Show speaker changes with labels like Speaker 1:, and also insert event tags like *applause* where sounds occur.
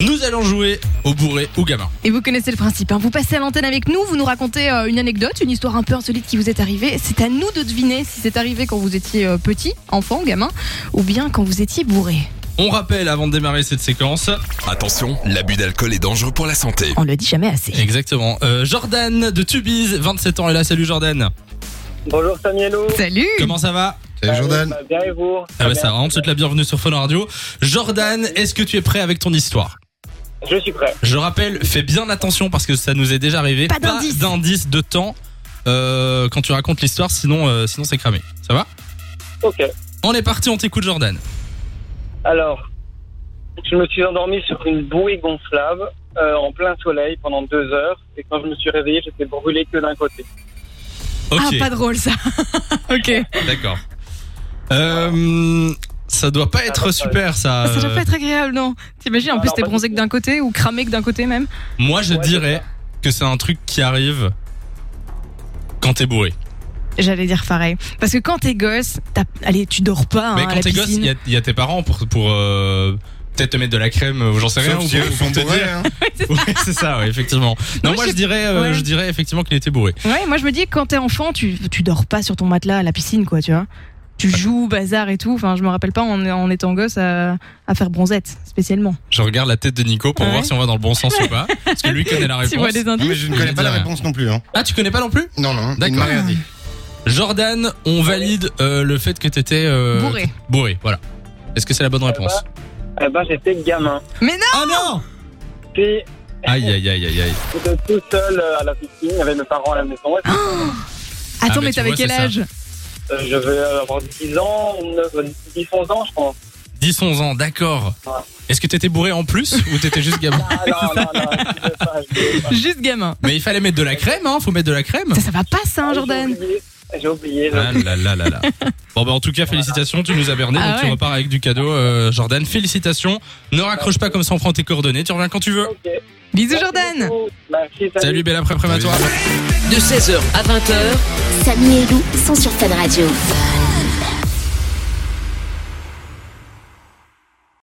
Speaker 1: Nous allons jouer au bourré ou gamin.
Speaker 2: Et vous connaissez le principe. hein. Vous passez à l'antenne avec nous, vous nous racontez euh, une anecdote, une histoire un peu insolite qui vous est arrivée. C'est à nous de deviner si c'est arrivé quand vous étiez euh, petit, enfant, gamin, ou bien quand vous étiez bourré.
Speaker 1: On rappelle avant de démarrer cette séquence.
Speaker 3: Attention, l'abus d'alcool est dangereux pour la santé.
Speaker 2: On le dit jamais assez.
Speaker 1: Exactement. Euh, Jordan de Tubize, 27 ans est là. Salut Jordan.
Speaker 4: Bonjour Samiello.
Speaker 2: Salut
Speaker 1: Comment ça va
Speaker 4: Salut Jordan. bien et vous
Speaker 1: Ah bah ça va, on te souhaite la bienvenue sur Fun Radio. Jordan, est-ce que tu es prêt avec ton histoire
Speaker 4: Je suis prêt.
Speaker 1: Je rappelle, fais bien attention parce que ça nous est déjà arrivé.
Speaker 2: Pas d'indice.
Speaker 1: d'indice de temps euh, quand tu racontes l'histoire, sinon, euh, sinon c'est cramé. Ça va
Speaker 4: Ok.
Speaker 1: On est parti, on t'écoute Jordan.
Speaker 4: Alors, je me suis endormi sur une bouée gonflable euh, en plein soleil pendant deux heures. Et quand je me suis réveillé, j'étais brûlé que d'un côté.
Speaker 1: Ok,
Speaker 2: Ah, pas drôle ça *laughs* Ok.
Speaker 1: d'accord. Euh, ça doit pas être
Speaker 4: va pas.
Speaker 1: super ça.
Speaker 2: Ça doit
Speaker 1: euh,
Speaker 2: pas être agréable, non T'imagines, en plus
Speaker 4: Alors,
Speaker 2: t'es
Speaker 4: pas
Speaker 2: bronzé
Speaker 4: du
Speaker 2: que
Speaker 4: tout.
Speaker 2: d'un côté, ou cramé que d'un côté même.
Speaker 1: Moi, je
Speaker 4: Ouais,
Speaker 1: dirais que c'est un truc qui arrive quand t'es bourré.
Speaker 2: J'allais dire pareil. Parce que quand t'es gosse, t'as- allez, tu dors pas hein,
Speaker 1: Mais
Speaker 2: à
Speaker 1: quand
Speaker 2: la
Speaker 1: t'es gosse, il
Speaker 2: piscine.
Speaker 1: y, a- il y a tes parents pour, pour euh, peut-être te mettre de la crème ou j'en sais rien.
Speaker 5: Sauf
Speaker 1: ou
Speaker 5: si
Speaker 1: pour-
Speaker 5: elles
Speaker 1: pour
Speaker 5: sont
Speaker 1: te
Speaker 5: bourrées,
Speaker 2: *laughs*
Speaker 1: dire-
Speaker 5: hein.
Speaker 1: Ouais, c'est ça, ouais, effectivement. Non,
Speaker 2: Moi,
Speaker 1: moi,
Speaker 2: je-
Speaker 1: je dirais, euh,
Speaker 2: ouais.
Speaker 1: je dirais effectivement qu'il était bourré.
Speaker 2: Ouais, moi je me dis que quand t'es enfant, tu, tu dors pas sur ton matelas à la piscine, quoi, tu vois. Tu joues, bazar et tout. Enfin, je me rappelle pas en, en étant gosse à, à faire bronzette, spécialement.
Speaker 1: Je regarde la tête de Nico pour
Speaker 2: Ouais.
Speaker 1: voir si on va dans le bon sens ou pas. Parce que lui connaît la réponse.
Speaker 2: *laughs* Tu vois les
Speaker 5: Non, mais
Speaker 2: indices
Speaker 5: je ne connais pas la
Speaker 1: Bizarre.
Speaker 5: réponse non plus. Hein.
Speaker 1: Ah, tu connais pas non plus
Speaker 5: Non, non, il
Speaker 1: D'accord.
Speaker 5: m'a rien dit.
Speaker 1: Jordan, on valide euh, le fait que t'étais euh,
Speaker 2: Bourré. Ah, bah.
Speaker 1: Bourré, voilà. Est-ce que c'est la bonne réponse
Speaker 4: Eh ben, j'étais gamin.
Speaker 1: Ah non
Speaker 4: Puis,
Speaker 2: Ah,
Speaker 1: Aïe, aïe, aïe, aïe, aïe.
Speaker 4: j'étais tout seul euh, à la piscine. Il y avait mes parents à la maison. Et,
Speaker 2: Hein Attends,
Speaker 1: Ah, mais
Speaker 2: mais
Speaker 1: tu
Speaker 2: t'avais
Speaker 1: vois,
Speaker 2: quel
Speaker 1: c'est ça.
Speaker 2: âge
Speaker 4: euh, je vais avoir 10 ans, 9, 10, 11 ans, je pense.
Speaker 1: 10, 11 ans, d'accord.
Speaker 4: Ouais.
Speaker 1: Est-ce que t'étais bourré en plus ou t'étais juste
Speaker 2: *laughs*
Speaker 1: gamin
Speaker 4: Ah non, non, non, je vais pas, je vais pas.
Speaker 2: Juste gamin.
Speaker 1: Mais il fallait mettre de la crème, hein, faut mettre de la crème.
Speaker 2: Ça, ça va pas, ça, hein, Jordan
Speaker 4: J'ai oublié. J'ai oublié.
Speaker 1: Ah là là là là. Bon bah en tout cas félicitations, tu nous as berné,
Speaker 2: Ah
Speaker 1: donc tu
Speaker 2: ouais.
Speaker 1: repars avec du cadeau, euh, Jordan. Félicitations. Ne raccroche pas comme ça, on prend tes coordonnées, tu reviens quand tu veux.
Speaker 4: Ok.
Speaker 2: Bisous,
Speaker 4: Merci
Speaker 2: Jordan
Speaker 4: beaucoup. Merci,
Speaker 1: Salut, belle après-midi à toi.
Speaker 6: de 16h à 20h.
Speaker 7: Samy et Lou sont sur Fan Radio.